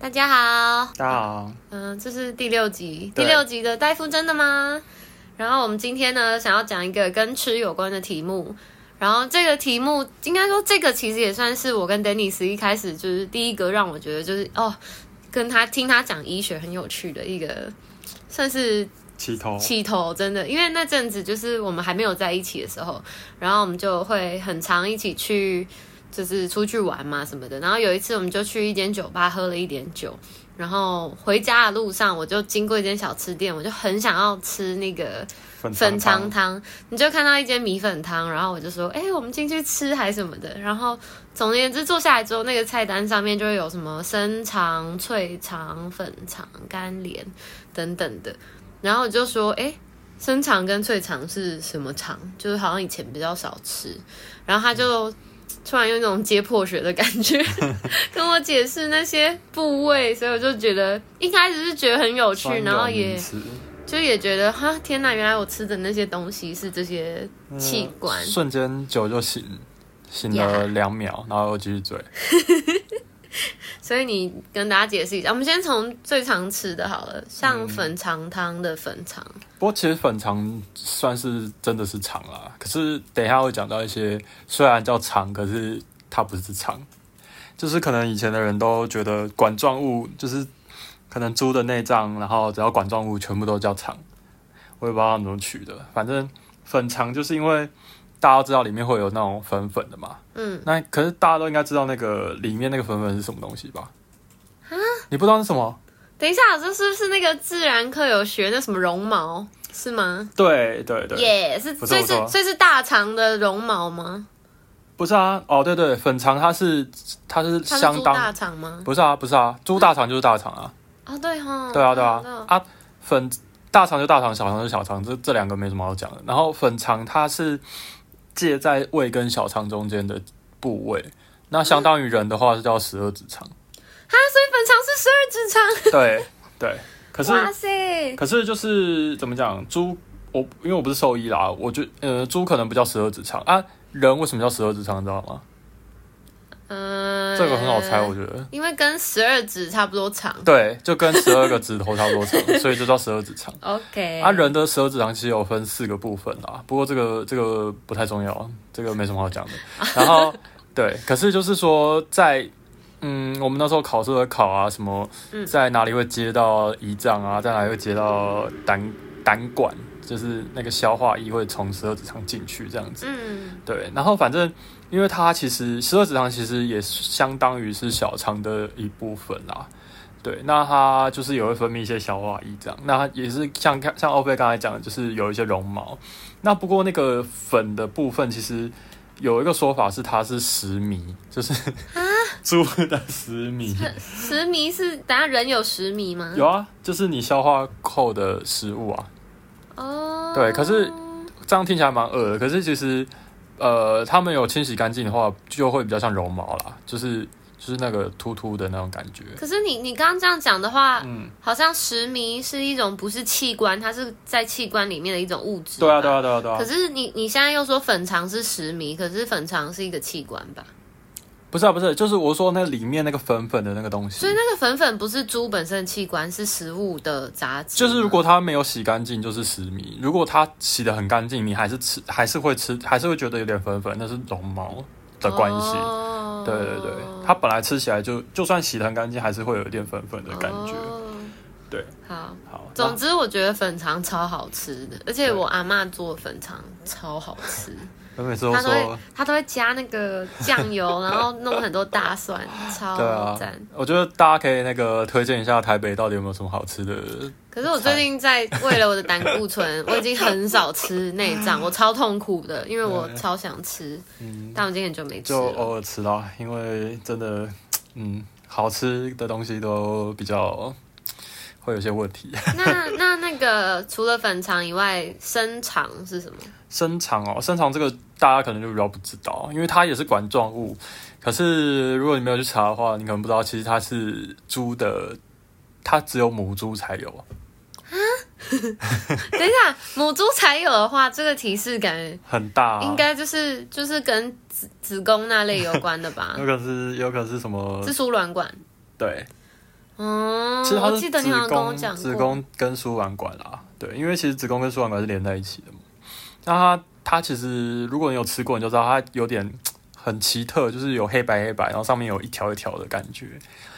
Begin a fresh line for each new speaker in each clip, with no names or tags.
大家好，
大家好，
嗯、这是第六集，第
对
六集的大夫真的吗？然后我们今天呢，想要讲一个跟吃有关的题目。然后这个题目，应该说这个其实也算是我跟 Dennis 一开始就是第一个让我觉得就是哦，跟他听他讲医学很有趣的一个，算是
起头，
起头真的，因为那阵子就是我们还没有在一起的时候，然后我们就会很常一起去，就是出去玩嘛什么的。然后有一次我们就去一间酒吧喝了一点酒，然后回家的路上我就经过一间小吃店，我就很想要吃那个
粉
粉肠
汤，
汤，你就看到一间米粉汤，然后我就说，哎、我们进去吃还什么的。然后总而言之，坐下来之后，那个菜单上面就会有什么生肠、脆肠、粉肠、干莲等等的。然后我就说，哎、生肠跟脆肠是什么肠？就是好像以前比较少吃。然后他就突然有一种解破学的感觉， 跟我解释那些部位，所以我就觉得一开始是觉得很有趣，
专有
然后
名
也。
词
就也觉得哈，天哪！原来我吃的那些东西是这些器官。
瞬间酒就醒，醒
呀
了两秒，然后又继续醉。
所以你跟大家解释一下，我们先从最常吃的好了，像粉肠汤的粉肠，
不过其实粉肠算是真的是肠啦，可是等一下会讲到一些虽然叫肠，可是它不是肠，就是可能以前的人都觉得管状物就是可能猪的内脏，然后只要管状物全部都叫肠，我也不知道他们怎么取的，反正粉肠就是因为大家都知道里面会有那种粉粉的嘛，
嗯，
那可是大家都应该知道那个里面那个粉粉是什么东西吧？你不知道是什么？
等一下，这是不是那个自然课有学那什么绒毛是吗？
对对对
耶、是
不
所以
错
是
不错
所以是大肠的绒毛吗？
不是啊，哦对对，粉肠它是它是
它是
相
猪
当
大肠吗？
不是啊，不是啊，猪大肠就是大肠啊，
啊、对哦哈，
对啊，对
对
啊，啊，
嗯
粉大肠就大肠，小肠就小肠，这这两个没什么好讲的。然后粉肠它是介在胃跟小肠中间的部位，那相当于人的话是叫十二指肠，
啊，所以粉肠是十二指肠，
对对。可是
哇塞，
可是就是怎么讲，猪我因为我不是兽医啦，我觉呃猪可能不叫十二指肠啊，人为什么叫十二指肠，你知道吗？
嗯、
这个很好猜，我觉得。
因为跟十二指差不多长。
对，就跟十二个指头差不多长，所以就叫十二指肠。
OK，
啊，人的十二指肠其实有分四个部分啦，不过这个这个不太重要，这个没什么好讲的。然后对，可是就是说在。嗯，我们那时候考试的考啊，什么
嗯
在哪里会接到胰脏啊，在哪里会接到胆胆管，就是那个消化液会从十二指肠进去这样子。
嗯
对，然后反正因为它其实十二指肠其实也相当于是小肠的一部分啦。对，那它就是也会分泌一些消化液这样。那它也是像像欧菲刚才讲的，就是有一些绒毛。那不过那个粉的部分，其实有一个说法是它是十米，就是 猪的十米。
十米是，等下人有十米吗？
有啊，就是你消化后的食物啊。
哦。
对可是这样听起来蛮恶的，可是其实，呃，他们有清洗干净的话，就会比较像绒毛啦，就是就是那个突突的那种感觉。
可是你你刚刚这样讲的话，
嗯，
好像十米是一种不是器官，它是在器官里面的一种物质。
对啊，对。啊，对啊，对啊
可，是你你现在又说粉肠是十米，可是粉肠是一个器官吧？
不是啊，不是，就是我说那里面那个粉粉的那个东西
所以，那个粉粉不是猪本身的器官，是食物的杂质吗。
就是如果它没有洗干净，就是十米；如果它洗得很干净，你还是吃，还是会吃，还是会觉得有点粉粉，那是绒毛的关系。
哦
对对对，它本来吃起来就就算洗得很干净，还是会有一点粉粉的感觉。
哦
对，
好。
好，那
总之，我觉得粉肠超好吃的，而且我阿妈做的粉肠超好吃，
我每次都
她都
说
会。她都会加那个酱 油，然后弄很多大蒜，
对
超
啊
赞。，
我觉得大家可以那个推荐一下台北到底有没有什么好吃的。
可是我最近在为了我的胆固 醇，我已经很少吃内脏，我超痛苦的，因为我超想吃，
嗯，
但我已经很久没吃
就哦
了。
偶尔吃啦，因为真的，嗯，好吃的东西都比较会有些问题。
那那那个除了粉肠以外，生肠是 什么？
生肠哦，生肠这个大家可能就比较不知道，因为它也是管状物。可是如果你没有去查的话，你可能不知道，其实它是猪的，它只有母猪才有。
等一下，母猪才有的话，这个提示感觉
很大、啊
应该就是就是跟子 子宫那类有关的吧？
有可能是有可能是什么
是输卵管
对
嗯，
其实它
我
是
记得你好像跟我讲过，
子宫跟输卵管啦，对，因为其实子宫跟输卵管是连在一起的嘛。那它它其实如果你有吃过，你就知道它有点很奇特，就是有黑白黑白，然后上面有一条一条的感觉。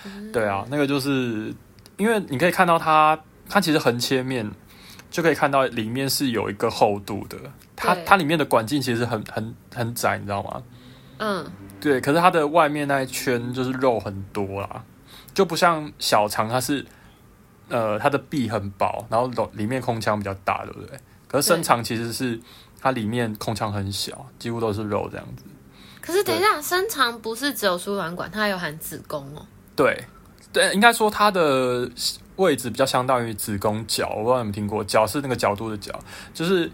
嗯
对啊，那个就是因为你可以看到它，它其实横切面就可以看到里面是有一个厚度的，它
对
它里面的管径其实很很很窄，你知道吗？
嗯，
对，可是它的外面那一圈就是肉很多啦，就不像小肠，它是呃它的壁很薄，然后里里面空腔比较大，对不对？可是深肠其实是它里面空腔很小，几乎都是肉这样子。
可是等一下，深长不是只有输卵管，它还有含子宫哦。
对，对，应该说它的位置比较相当于子宫角，我不知道你们听过，角是那个角度的角，就是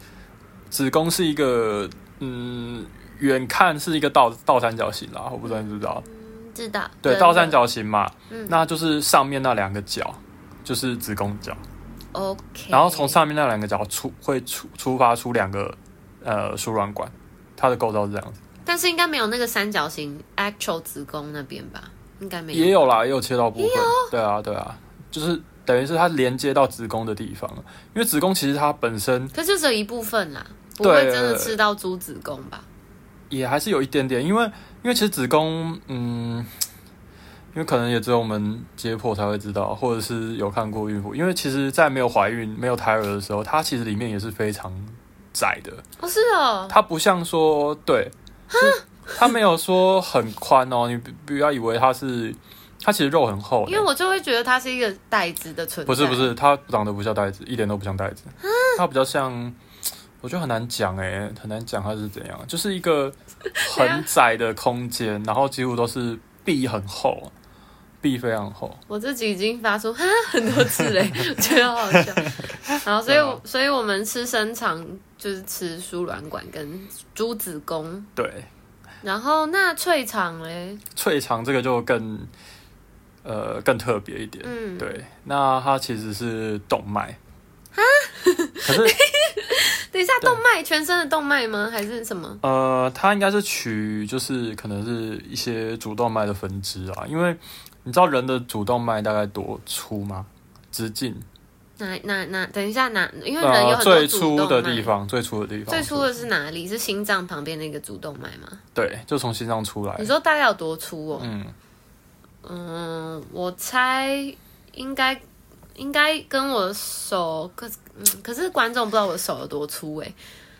子宫是一个嗯，远看是一个倒倒三角形啦，我不知道你知不知道。
嗯知道。
对，
真的
倒三。角形嘛，
嗯
那就是上面那两个角就是子宫角，
OK。
然后从上面那两个角出会出出发出两个呃输卵管，它的构造是这样子，
但是应该没有那个三角形 actual 子宫那边吧？应该没有。
也有啦，也有切到部分，对啊对啊，就是等于是它连接到子宫的地方，因为子宫其实它本身
可就只有一部分啦，不
对
会真的吃到猪子宫吧？
也还是有一点点，因为因为其实子宫嗯。因为可能也只有我们解剖才会知道，或者是有看过孕妇。因为其实，在没有怀孕、没有胎儿的时候，它其实里面也是非常窄的。
哦，是哦，
它不像说对，是它没有说很宽哦，你不不要以为它是，它其实肉很厚呢，
因为我就会觉得它是一个袋子的存在。
不是不，是，它长得不像袋子，一点都不像袋子，它比较像，我觉得很难讲哎、很难讲它是怎样，就是一个很窄的空间，然后几乎都是壁很厚，壁非常厚，
我自己已经发出哈 很多次 嘞，觉得好好笑。然后，所以
啊
我，所以我们吃生肠就是吃输卵管跟猪子宫，
对，
然后那脆肠嘞，
脆肠这个就更，呃，更特别一点，
嗯，
对，那它其实是动脉，可是
等一下，
对
动脉全身的动脉吗？还是什么？
呃，它应该是取就是可能是一些主动脉的分支啊，因为你知道人的主动脉大概多粗吗？直径，
哪哪哪？等一下哪？因为人有
呃，
很多
最
主
粗
动
的
脉
地，方，最粗的地方，
最粗的是哪里？是心脏旁边那个主动脉吗？
对，就从心脏出来
你，说大概有多粗哦？
嗯，
嗯，我猜应该应该跟我手，可是、嗯、可是观众不知道我手有多粗哎、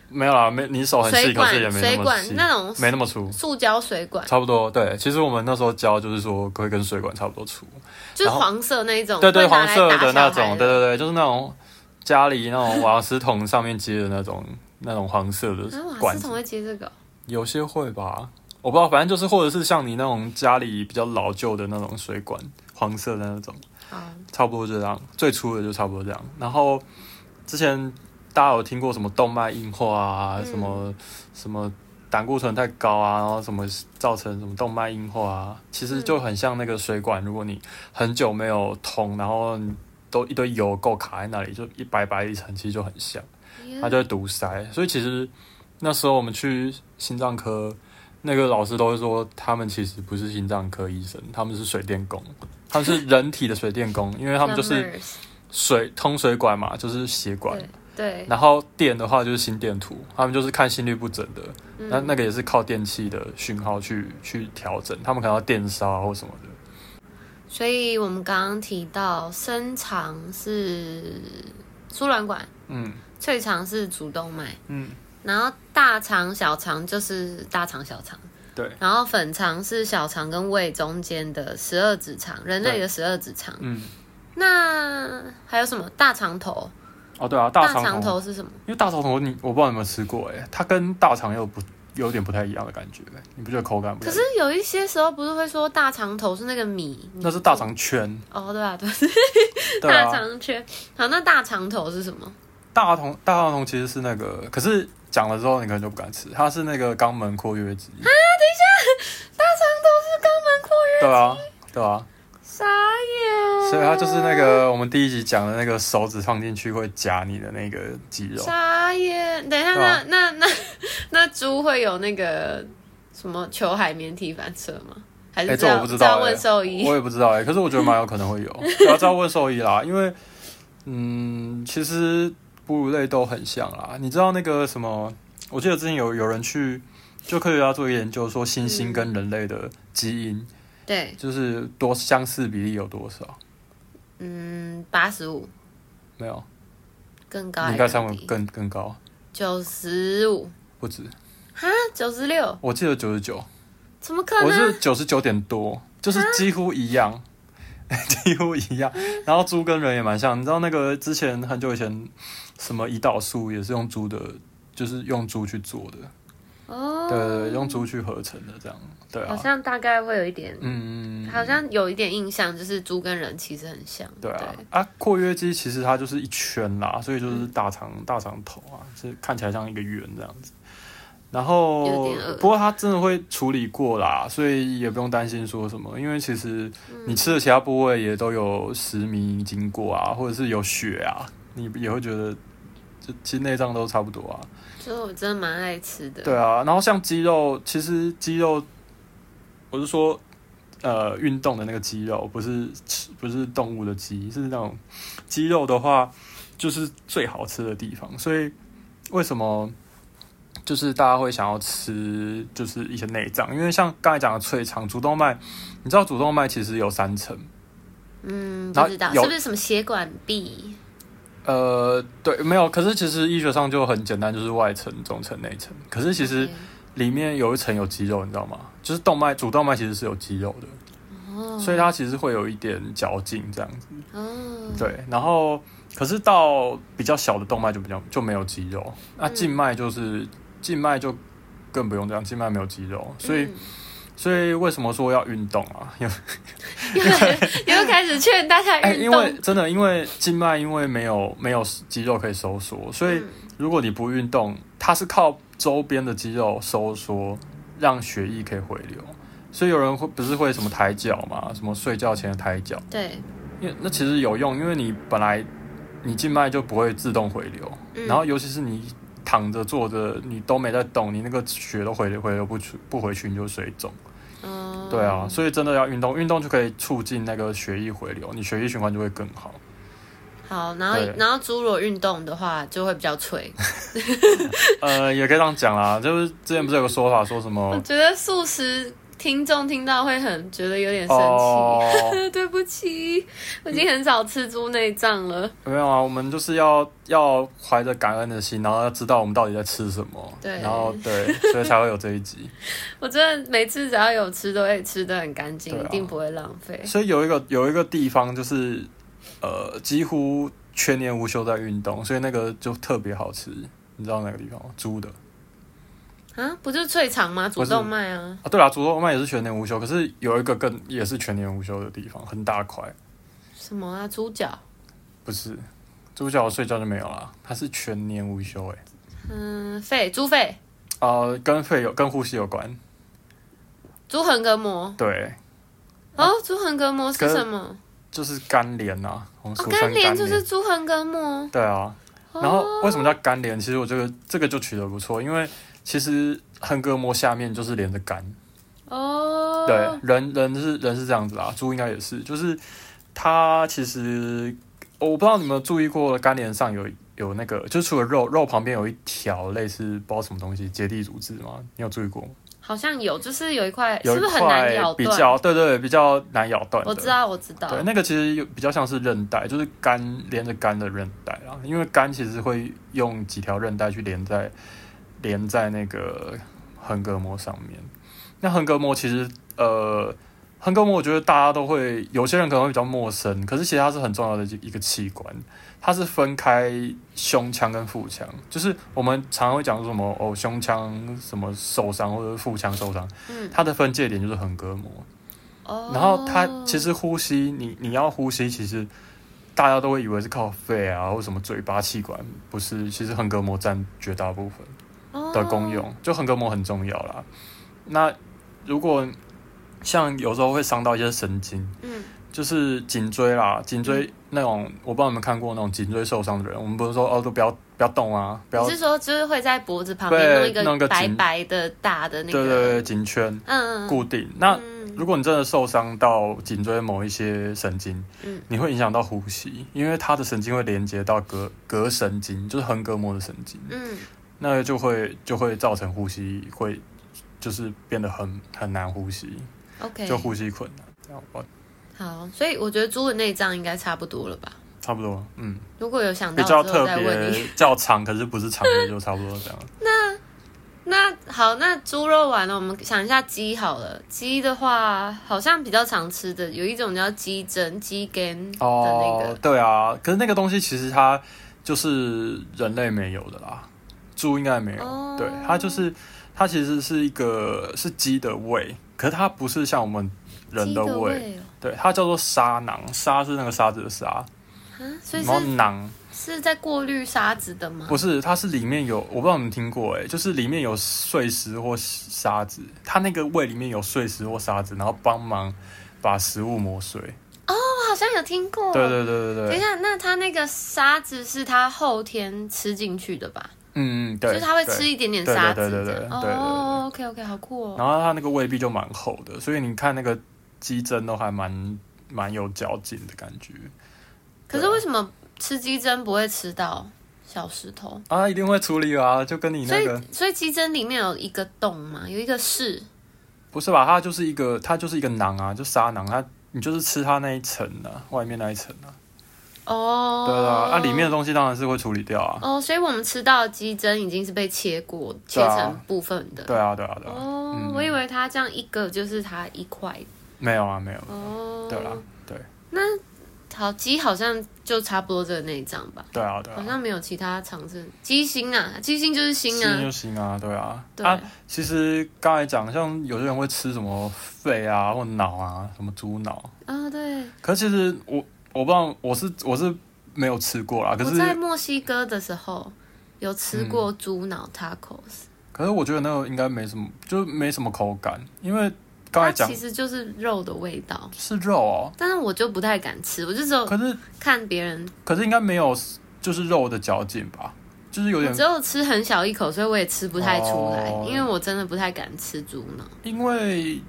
没有啦，没你手哦很
水
细，可
管
是也没
水
那么
管
细，
那种
没那么粗，
塑胶水管，
差不多，对，其实我们那时候教就是说会跟水管差不多粗，
就是黄色那一种，
对对，
会拿
黄
来
色
打
的
小
那
孩
种，对对对，就是那种家里那种瓦斯桶上面接的那种那种黄色的
啊，瓦
管
斯
子
桶会接这个哦、
有些会吧，我不知道，反正就是或者是像你那种家里比较老旧的那种水管，黄色的那种，
好，
差不多这样，最粗的就差不多这样。然后之前大家有听过什么动脉硬化啊，
嗯
什么什么胆固醇太高啊，然后什么造成什么动脉硬化啊，其实就很像那个水管，如果你很久没有通，然后你都一堆油垢卡在那里，就一白白一层，其实就很像。它就会堵塞。所以其实那时候我们去心脏科，那个老师都会说，他们其实不是心脏科医生，他们是水电工，他们是人体的水电工，因为他们就是
Plumbers，
水通水管嘛，就是血管。
对，
然后电的话就是心电图，他们就是看心率不整的，
嗯
那那个也是靠电器的讯号去去调整，他们可能要电烧啊或什么的。
所以我们刚刚提到深长是输卵管，
嗯
脆肠是主动脉，
嗯，
然后大肠、小肠就是大肠、小肠，
对，
然后粉肠是小肠跟胃中间的十二指肠，人类的十二指肠。
嗯，
那还有什么大肠头？
哦对啊，大肠
肠
头
头是什么？
因为大肠头你我不知道你有没有吃过、欸，它跟大肠又不有点不太一样的感觉、欸你不觉得口感不太
可
一
是
样？
有一些时候不是会说大肠头是那个米？
那是大肠圈，
哦，对啊，对，
对
大
啊，
肠圈。好，那大肠头是什么？
大肠大肠头其实是那个，可是讲了之后你可能就不敢吃，它是那个肛门括约肌啊，等一下，大肠头是肛门括约肌，对啊，对啊，
傻眼。
所以它就是那个我们第一集讲的那个手指放进去会夹你的那个肌肉，
傻眼。等一下，
哦对啊
那 那那那猪会有那个什么球海绵体反射吗？还
哎、
是这
这我
样、
不知
这
道、
样
哎，
问兽医
我？也不知道哎、可是我觉得蛮有可能会有，要这样问兽医啦，因为嗯，其实哺乳类都很像啦。你知道那个什么？我记得之前有有人去就科学家做一个研究，说猩猩跟人类的基因、
对，
就是多相似比例有多少？
嗯，八十五
没有，
更高还是
你应该
更
上面
低？
更更高，
九十五
不止，
哈，九十六，
我记得九十九，
怎么可
我
能？啊
是九十九点多，就是几乎一样， 几乎一样。然后猪跟人也蛮像，你知道那个之前很久以前什么胰岛素也是用猪的，就是用猪去做的，
哦，
对对对，用猪去合成的这样，对
好
啊，
像大概会有一点，
嗯，
好像有一点印象，就是猪跟人其实很像。
对啊，啊，括约肌其实它就是一圈啦，所以
嗯
就是大肠、大肠头啊，是看起来像一个圆这样子。然
有
后
点恶，
不过它真的会处理过啦，所以也不用担心说什么，因为其实
嗯
你吃的其他部位也都有食糜经过啊，或者是有血啊，你也会觉得，就其实内脏都差不多啊。
就是我真的蛮爱吃的。
对啊，然后像肌肉，其实肌肉，我是说，呃，运动的那个肌肉，不是吃，不是动物的肌，是那种肌肉的话，就是最好吃的地方。所以为什么就是大家会想要吃就是一些内脏？因为像刚才讲的脆肠、主动脉，你知道主动脉其实有三层，
嗯，
然
不
后
知道
有
是不是什么血管壁？
呃，对，没有。可是其实医学上就很简单，就是外层、中层、内层。可是其实。里面有一层有肌肉，你知道吗？就是动脉主动脉其实是有肌肉的，
哦，
所以它其实会有一点嚼劲这样子。
哦，
对，然后可是到比较小的动脉就比较就没有肌肉，那
嗯
静脉就是静脉就更不用这样，静脉没有肌肉，所
嗯
以、所以为什么说要运动啊？因为
又又开始劝大家
哎、
运
因
动。
为真的因为静脉因为没有没有肌肉可以收缩，所以
嗯
如果你不运动，它是靠周边的肌肉收缩，让血液可以回流。所以有人会不是会什么抬脚嘛，什么睡觉前的抬脚，
对，
因为那其实有用，因为你本来你静脉就不会自动回流，
嗯
然后尤其是你躺着坐着你都没在动，你那个血都回流回流不出不回去，你就水肿。
哦，
对啊，所以真的要运动，运动就可以促进那个血液回流，你血液循环就会更好。
好，然后
对
然后侏罗运动的话就会比较脆。
呃，也可以这样讲啦，就是之前不是有个说法说什
我
么
觉得素食听众听到会很觉得有点生气。
哦，
对不起，我已经很少吃猪内脏了。
没有啊，我们就是要要怀着感恩的心，然后要知道我们到底在吃什么，
对
然后对，所以才会有这一 集。
我真的每次只要有吃都会吃的很干净，
对啊
一定不会浪费。
所以有一个有一个地方就是，呃，几乎全年无休在运动，所以那个就特别好吃。你知道哪个地方吗？猪的
啊，不就是脆肠吗？主
不是
动脉啊，
啊，对啦，猪肉卖也是全年无休，可是有一个更也是全年无休的地方，很大块，
什么啊，猪脚，
不是猪脚睡觉就没有啦，它是全年无休、欸，哎，
嗯，肺，猪肺，
呃，跟肺有跟呼吸有关，
猪横膈膜。
对，
哦，猪横膈膜是
跟
什么？
就是肝连呐、啊，我们
哦，
俗
干
称
连
肝
就
连，
是猪横膈膜。
对啊，然后为什么叫肝连？其实我这个这个就取得不错，因为其实横膈膜下面就是连着肝，
哦，
对，人人是人是这样子啦，猪应该也是，就是它其实我不知道你们有没有注意过，肝连上有有那个，就是除了肉肉旁边有一条类似不知道什么东西结缔组织吗？你有注意过吗？
好像有，就是有一块，
有
哎是不
一
是很难
块
咬
比
断？
较对对对比较难咬断的，
我知道，我知道。
对，那个其实有比较像是韧带，就是肝连着肝的韧带啦。因为肝其实会用几条韧带去连在连在那个横膈膜上面。那横膈膜其实呃，横膈膜我觉得大家都会，有些人可能会比较陌生，可是其实它是很重要的一个器官，它是分开胸腔跟腹腔。就是我们常会讲说什么哦，胸腔什么受伤或者是腹腔受伤，
嗯，
它的分界点就是横膈膜。
哦。
然后它其实呼吸，你你要呼吸，其实大家都会以为是靠肺啊或什么嘴巴气管，不是，其实横膈膜占绝大部分的功用，
哦。
就横膈膜很重要啦。那如果像有时候会伤到一些神经，
嗯，
就是颈椎啦，颈椎那种，我不知道你们看过那种颈椎受伤的人，我们不是说哦都不要不要动啊，不要
你是说就是会在脖子旁边
对
弄一
弄
个
个
白
紧
白的大的那
对对
个？
对颈圈
嗯嗯嗯
固定。那
嗯
如果你真的受伤到颈椎某一些神经，
嗯
你会影响到呼吸，因为它的神经会连接到膈膈神经，就是横膈膜的神经，
嗯，
那就会就会造成呼吸会就是变得很很难呼吸，
OK，
就呼吸困难。哦这样吧
好，所以我觉得猪的内脏应该差不多了吧？
差不多，嗯，
如果有想到
比较
之
特
后再问你。
别较长，可是不是长的就差不多这样。
那好，那猪肉完了，我们想一下鸡好了。鸡的话，好像比较常吃的有一种叫鸡胗、鸡肝的那个。
对啊，可是那个东西其实它就是人类没有的啦，猪应该没有。
哦
对，它就是它其实是一个是鸡的胃，可是它不是像我们人
鸡
的
胃哦
对，它叫做沙囊，沙是那个沙子的沙，
啊，所以
然后
是
囊
是在过滤沙子的吗？
不是，它是里面有，我不知道你们听过哎、就是里面有碎石或沙子，它那个胃里面有碎石或沙子，然后帮忙把食物磨碎。
哦我好像有听过。
对对对对
等一
对，
下，那它那个沙子是它后天吃进去的吧？
嗯嗯，
就
对，
是它会
对
吃一点点沙子
对对对
这
对对
样。
对对对
哦，OK OK，好酷哦。
然后它那个胃壁就蛮厚的，所以你看那个鸡胗都还蛮蛮有嚼劲的感觉
可是为什么吃鸡胗不会吃到小石头？
啊，一定会处理啊，就跟你
所
那
以
个
所以鸡胗里面有一个洞嘛，有一个室。
不是吧？它就是一个它就是一个囊啊，就沙囊，它你就是吃它那一层啊，外面那一层啊，
哦，
对啊，那、里面的东西当然是会处理掉啊，
哦，所以我们吃到的鸡胗已经是被切过、切
对啊
成部分的。
对啊，对啊，对啊，
哦，
嗯
我以为它这样一个就是它一块。
没有啊，没有，
哦，
对啦，啊对
那好，鸡好像就差不多这个内脏吧，
对啊，对
好
啊，
像没有其他常见。鸡心啊，鸡心就是心
心
啊
就，行啊，对啊，
对，
啊，其实刚才讲，像有些人会吃什么肺啊或脑啊，什么猪脑，
啊对。
可是其实我我不知道，我是我是没有吃过啦。可
我
是嗯
在墨西哥的时候有吃过猪脑 tacos，
可是我觉得那个应该没什么，就是没什么口感，因为刚
它
才讲
其实就是肉的味道，
是肉哦，
但是我就不太敢吃，我就只有
可是
看别人，
可是应该没有就是肉的嚼劲吧，就是有
我
点
只有吃很小一口，所以我也吃不太出来，
哦
因为我真的不太敢吃猪脑。
因为。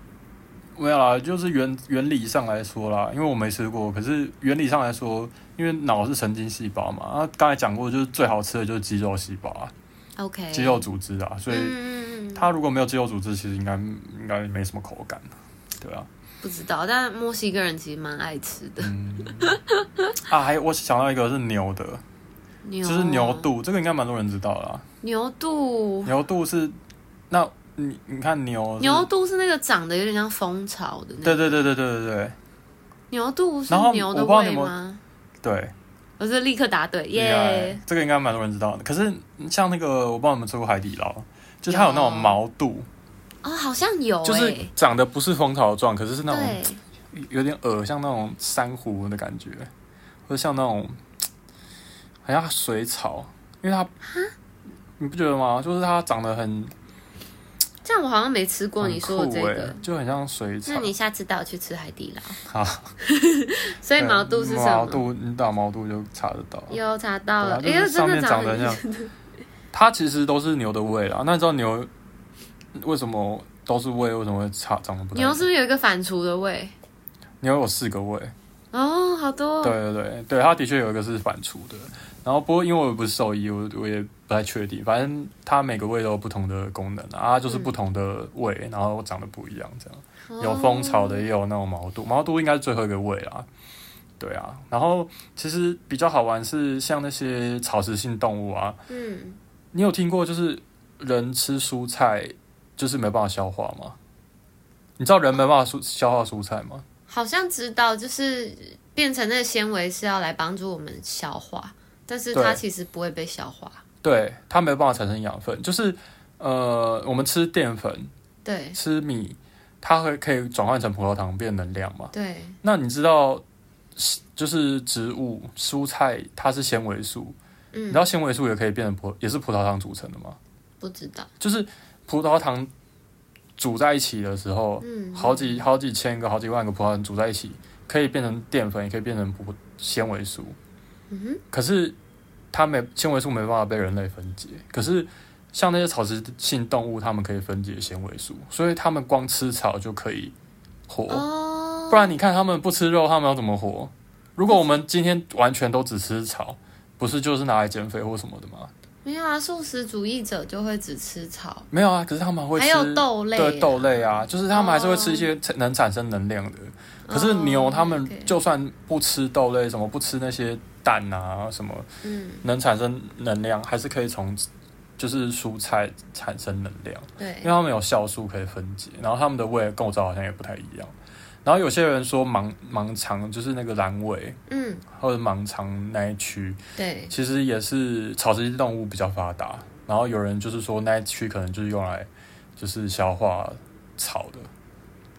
没有啦，就是原原理上来说啦，因为我没吃过，可是原理上来说，因为脑是神经细胞嘛，啊，刚才讲过，就是最好吃的就是肌肉细胞啊，
OK，
肌肉组织啊，所以
哎嗯嗯嗯嗯嗯，
它如果没有肌肉组织，其实应该应该没什么口感，对啊。
不知道，但墨西哥人其实蛮爱吃
嗯
的，
啊，还有我想到一个是牛的，
牛啊
就是牛肚，这个应该蛮多人知道啦。
牛肚，
牛肚是，那你你看牛是
牛，肚是那个长得有点像蜂巢的那
对
个，
对对对对对对
牛肚是
然后
牛
我
的
不知道你
胃
有没有
吗？
对，
我是立刻答对，
应
耶、
该这个应该蛮多人知道的。可是像那个，我不知道你们吃过海底捞，就是它有那
有
种毛肚，
哦，好像有、欸，
就是长得不是蜂巢状，可是是那种
对，
有点恶像那种珊瑚的感觉，或者像那种好像水草，因为它，你不觉得吗？就是它长得很
这样我好像没吃过你
很
说的
酷
这
欸
个。
就很像水草
那。你下次带我去吃海底捞。
好，
所以毛肚是什
毛
么？
肚，你打毛肚就查得到。
有查到了，
对
哎
啊
呦，
就是上
真的
面长得
得
像
很。
它其实都是牛的胃啦。那你知道牛为什么都是胃？为什么会差长得不太一
牛
样？
是不是有一个反刍的胃？
牛有四个胃，
哦，好多。
对，对对对，它的确有一个是反刍的。然后不过因为我也不是兽医，我我也不太确定。反正它每个胃都有不同的功能啊，它就是
嗯
不同的胃，然后长得不一样这样。有蜂巢的，。也有那种毛肚，毛肚应该是最后一个胃啦。对啊，然后其实比较好玩是像那些草食性动物啊，
嗯，
你有听过就是人吃蔬菜就是没办法消化吗？你知道人没办法消消化蔬菜吗？
好像知道，就是变成那个纤维是要来帮助我们消化，但是它
对
其实不会被消化。
对，它没办法产生养分，就是呃，我们吃淀粉、
对
吃米，它会可以转换成葡萄糖变能量嘛？
对，
那你知道，就是植物蔬菜它是纤维素，你
嗯
知，道纤维素也可以变成葡，也是葡萄糖组成的吗？
不知道。
就是葡萄糖煮在一起的时候，
嗯，
好几好几千个、好几万个葡萄糖煮在一起，可以变成淀粉，也可以变成葡纤维素。
嗯哼，
可是它没纤维素没办法被人类分解，可是像那些草食性动物，它们可以分解纤维素，所以它们光吃草就可以活。
哦，
不然你看他们不吃肉，他们要怎么活？如果我们今天完全都只吃草，不是就是拿来减肥或什么的吗？
没有啊，素食主义者就会只吃草，
没有啊，可是他们会吃
还有豆类啊
对豆类啊，就是他们还是会吃一些产能产生能量的。可是牛
哦
他们
OK
就算不吃豆类，什么不吃那些蛋啊，什么
嗯，
能产生能量，还是可以从就是蔬菜产生能量。因为
对，
他们有酵素可以分解，然后他们的胃的构造好像也不太一样。然后有些人说盲盲肠就是那个阑尾
嗯，
或者盲肠那一区，
对，
其实也是草食性动物比较发达。然后有人就是说那一区可能就是用来就是消化草的，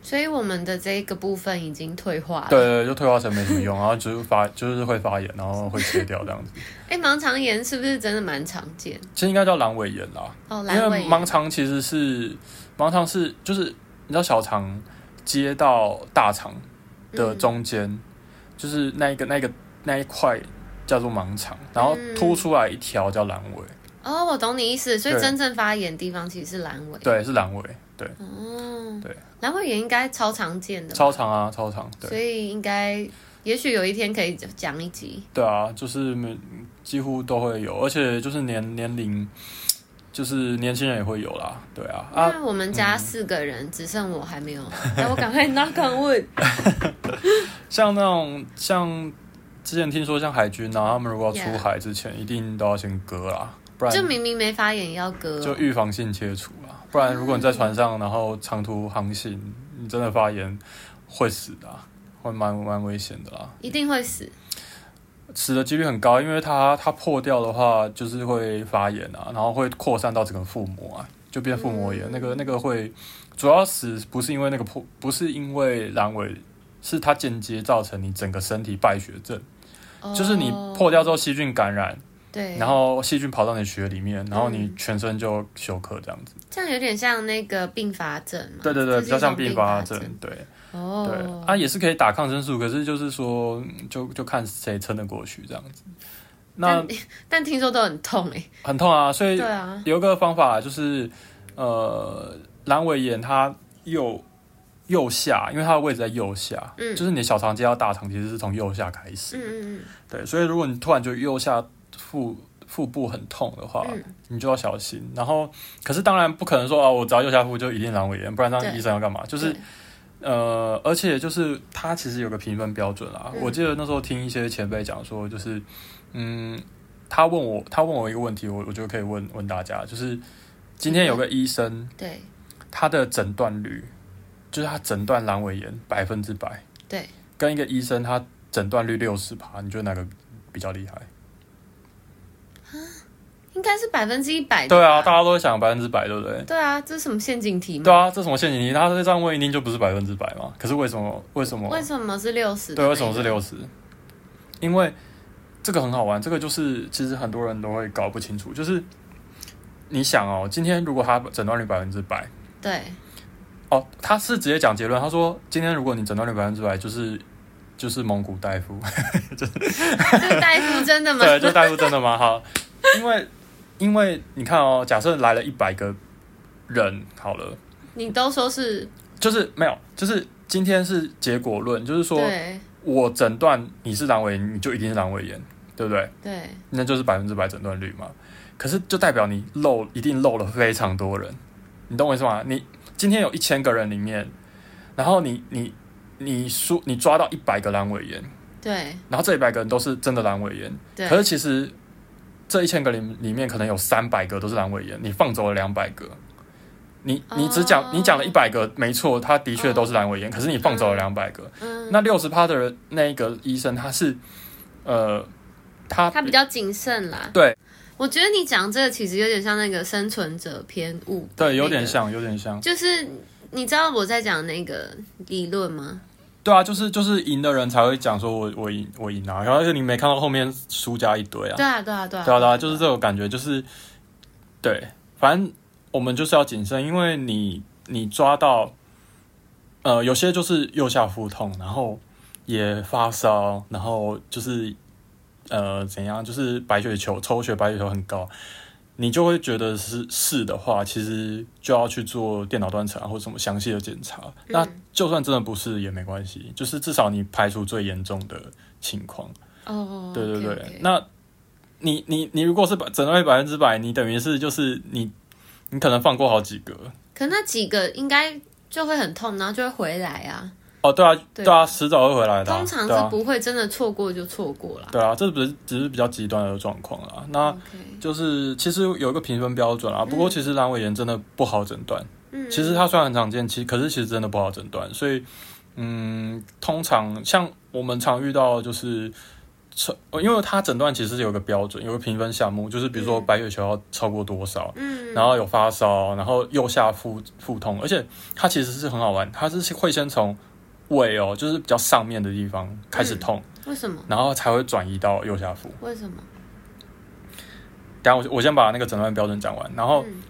所以我们的这一个部分已经退化了。
对，对，对就退化成没什么用，然后就是发就是会发炎，然后会切掉这样子。
哎，盲肠炎是不是真的蛮常见？
其实应该叫阑尾炎啦，
哦，
因
阑
为
尾
盲
炎，
肠其实是盲肠是就是你知道小肠接到大肠的中间，
嗯
就是那一个那一个那一块叫做盲肠，然后
嗯
凸出来一条叫阑尾，
哦，我懂你意思，所以
对
真正发炎的地方其实是阑尾。，
对，是阑尾，对，
哦，
对，
阑尾炎应该超常见的吧，
超长啊，超长，
所
对，
以应该也许有一天可以讲一集。
对啊，就是每几乎都会有，而且就是年年龄，就是年轻人也会有啦，对啊，啊，嗯
那我们家四个人，只剩我还没有， 哎那我赶快 knock on wood。
像那种像之前听说像海军啊，他们如果要出
Yeah
海之前一定都要先割啦， 不然
就明明没发炎也要割
就预防性切除啦，不然如果你在船上，然后长途航行，你真的发炎会死的、啊，会蛮蛮危险的啦，
一定会死。
死的几率很高，因为它它破掉的话，就是会发炎啊，然后会扩散到整个腹膜啊，就变腹膜炎，那个那个会主要死不是因为那个破，不是因为阑尾，是它间接造成你整个身体败血症，就是你
哦
破掉之后细菌感染，
对，
然后细菌跑到你血里面，然后你
嗯
全身就休克这样子。
这样有点像那个并发症嘛。
对对
这
对，
是
比
一
较像
种
并
并
发
症
症。，对对，
哦，
啊也是可以打抗生素，可是就是说，嗯就就看谁撑得过去这样子。那
但但听说都很痛哎。
很痛啊，所以
对啊，
有一个方法就是，呃，阑尾炎它右右下，因为它的位置在右下，
嗯
就是你的小肠接到大肠其实是从右下开始，
嗯嗯嗯，
对，所以如果你突然就右下腹腹部很痛的话，
嗯
你就要小心。然后，可是当然不可能说啊，我只要右下腹就一定阑尾炎，不然让
对
医生要干嘛？就是
对
呃，而且就是它其实有个评分标准啦。
嗯
我记得那时候听一些前辈讲说，就是嗯，他问我，他问我一个问题，我我觉得可以问问大家，就是今天有个医生，
对
他的诊断率就是他诊断阑尾炎百分之百，
对，
跟一个医生他诊断率六十趴，你觉得哪个比较厉害？
应该是百分之一百。
对啊，大家都会想百分之百，对不对？
对啊，这是什么陷阱题
对
吗？
啊，这什么陷阱题？他这张问一定就不是百分之百嘛？可是为什么？为什么？
为什么是六十？
对，为什么是？六十？因为这个很好玩，这个就是其实很多人都会搞不清楚，就是你想哦，今天如果他诊断率百分之百，
对，
哦，他是直接讲结论，他说今天如果你诊断率百分之百，就是就是蒙古大夫，
这个大夫真的吗？
对，就大夫真的吗？好，因为因为你看哦，假设来了一百个人好了，
你都说是
就是没有，就是今天是结果论，就是说
对
我诊断你是阑尾炎，你就一定是阑尾炎，对不对？
对
那就是百分之百诊断率嘛。可是就代表你漏，一定漏了非常多人，你懂我意思吗？你今天有一千个人里面，然后你你你输你抓到一百个阑尾炎，
对
然后这一百个人都是真的阑尾炎，可是
对，
其实这一千个里里面可能有三百个都是阑尾炎，你放走了两百个。你你只讲、
哦
你讲了一百个，没错，他的确都是阑尾炎，可是你放走了两百个，
嗯，
那六十趴的人那一个医生他是，呃，他
他比较谨慎啦。
对，
我觉得你讲这个其实有点像那个生存者偏误，
对，有点，像，有点像。
就是你知道我在讲那个理论吗？
对啊，就是就是赢的人才会讲说我我赢我赢啊，然后而且你没看到后面输家一堆啊。
对啊，对啊，对啊，
对啊对啊，就是这种感觉，就是对，反正我们就是要谨慎，因为你你抓到，呃，有些就是右下腹痛，然后也发烧，然后就是呃怎样，就是白血球抽血白血球很高，你就会觉得是是的话，其实就要去做电脑断层啊或者什么详细的检查。那就算真的不是也没关系，就是至少你排除最严重的情况。
哦，
对对对
OK，OK
那你你你如果是百诊断率百分之百，你等于是就是你你可能放过好几个
可那几个应该就会很痛，然后就会回来啊。
哦，对啊
对
啊，迟早会回来的啊、
通常
对
是
啊
不会真的错过就错过啦。
对啊，这不是只是比较极端的状况啦。那
OK，
就是其实有一个评分标准啊，不过其实阑尾炎真的不好诊断。
嗯，
其实它虽然很常见，其可是其实真的不好诊断，所以嗯，通常像我们常遇到的就是。测呃因为它诊断其实有个标准，有个评分项目，就是比如说
嗯
白血球要超过多少，
嗯，
然后有发烧，然后右下腹腹痛，而且它其实是很好玩，它是会先从胃哦，就是比较上面的地方开始
嗯
痛，
为什么？
然后才会转移到右下腹。
为什么？
等一下我我先把那个诊断标准讲完，然后
嗯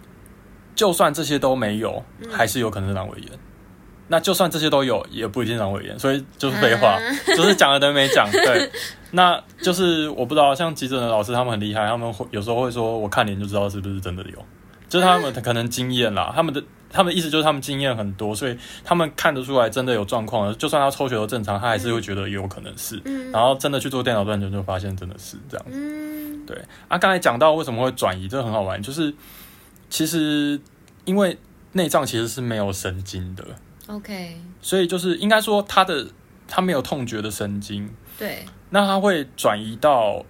就算这些都没有，
嗯
还是有可能是阑尾炎。那就算这些都有，也不一定是阑尾炎，所以就是废话，
嗯
就是讲了等于没讲。对，那就是我不知道，像急诊的老师他们很厉害，他们会有时候会说，我看脸就知道是不是真的有，就是他们可能经验啦，他们的他们的意思就是他们经验很多，所以他们看得出来真的有状况了，就算他抽血都正常，他还是会觉得有可能是，
嗯
然后真的去做电脑断层就发现真的是这样。
嗯
对啊，刚才讲到为什么会转移，这很好玩，就是其实因为内脏其实是没有神经的，
，OK，
所以就是应该说它的它没有痛觉的神经，
对，
那它会转移到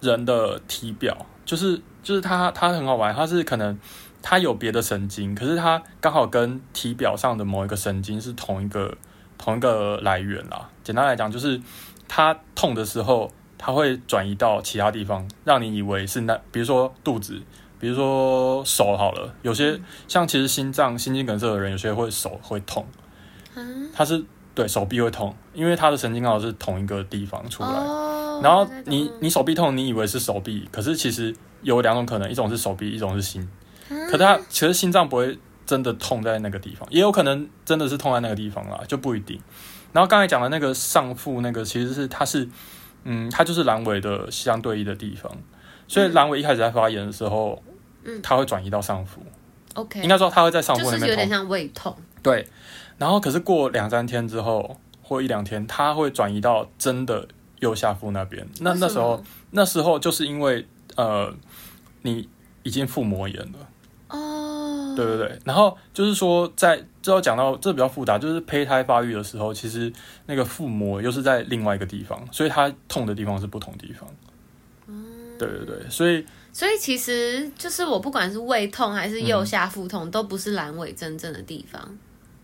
人的体表，就是就是它它很好玩，它是可能它有别的神经，可是它刚好跟体表上的某一个神经是同一个同一个来源啦。简单来讲，就是它痛的时候，它会转移到其他地方，让你以为是那，比如说肚子。比如说手好了，有些像其实心脏心肌梗塞的人，有些会手会痛，
嗯，
他是对手臂会痛，因为他的神经刚好是同一个地方出来。
哦，
然后
我知道
你你手臂痛，你以为是手臂，可是其实有两种可能，一种是手臂，一种是心。
啊嗯
可是他其实心脏不会真的痛在那个地方，也有可能真的是痛在那个地方啦，就不一定。然后刚才讲的那个上腹那个，其实是它是，嗯，它就是阑尾的相对应的地方，所以阑尾一开始在发炎的时
嗯
候，它会转移到上腹，
OK，
应该说它会在上腹
就
那
是
边
有
痛
点。像胃痛，
对，然后可是过两三天之后，或一两天，它会转移到真的右下腹那边。那
为什
那
么
时候，那时候就是因为呃，你已经腹膜炎了，
哦，
对对对。然后就是说在，之后讲到这比较复杂，就是胚胎发育的时候，其实那个腹膜又是在另外一个地方，所以它痛的地方是不同地方。对对对，所以
所以其实就是我不管是胃痛还是右下腹痛，都不是阑尾真正的地方。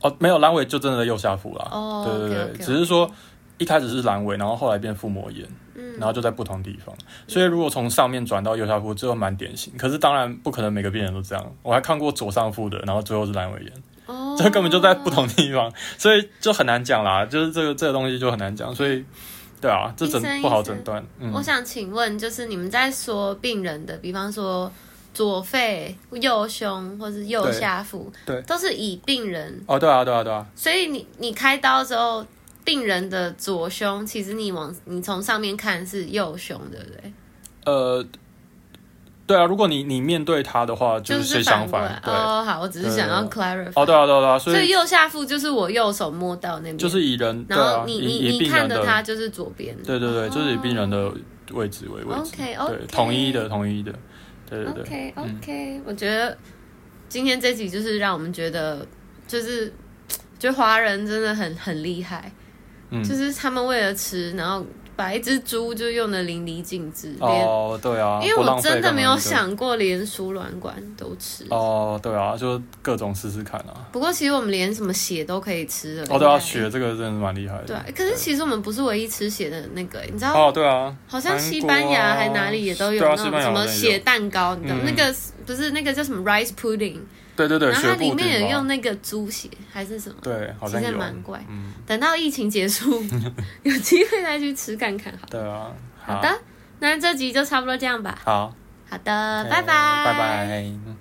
哦，没有阑尾就真的在右下腹啦。
哦，
对对对
OK，OK，OK
只是说一开始是阑尾，然后后来变腹膜炎，
嗯
然后就在不同地方。所以如果从上面转到右下腹，这就蛮典型。可是当然不可能每个病人都这样，我还看过左上腹的，然后最后是阑尾炎，
哦，
这根本就在不同地方，所以就很难讲啦。就是这个这个东西就很难讲，所以对啊，这
医
诊
生
不好
医生
诊断。嗯，
我想请问，就是你们在说病人的，比方说左肺、右胸或是右下腹，
对对
都是以病人，
哦，对啊，对啊，对啊，
所以你你开刀之后，病人的左胸，其实你往你从上面看是右胸，对不对？
呃。对啊，如果你你面对他的话，
就是是
先相
过
反
来。。
对，
哦，好，我只是想要
对
clarify。
哦，对啊，对啊，对啊，所
所以
以
右下腹就是我右手摸到那边，
就是以人，对
然
啊
后，你、
以
你
以
你
病
看哦
人
着
的
它就是左边，
对对对，就是以病人
的。
的位置为位置
OK，OK
对，统一的，统一的，对对对
OK
嗯
OK，、我觉得今天这集就是让我们觉得，就是觉得华人真的很很厉害，
嗯
就是他们为了吃，然后把一只猪就用的淋漓尽致，连、
哦，对啊，
因为
不
我
浪费
真的
干嘛
没有
就。
想过连输卵管都吃。
哦，对啊，就各种试试看啊。
不过其实我们连什么血都可以吃的，
哦，对啊，
应
血这个真的是蛮厉害的。
该对啊。可是其实我们不是唯一吃血的那个，你知道
哦，对啊，
好像西班牙还哪里也都有
对啊
那种
西班牙
什
好像
么
也有
血蛋糕，你知道
嗯
那个不是那个叫什么 rice pudding，
对对对，
然后
血
它
布
里面有
丁吧
用那个猪血还是什么，
对，好
其
像
实
有，
蛮怪。
嗯，
等到疫情结 束，有机会再去吃看看好。
对啊，
好的，那这集就差不多这样吧。
好，
好的，
OK，
拜拜，
拜拜。嗯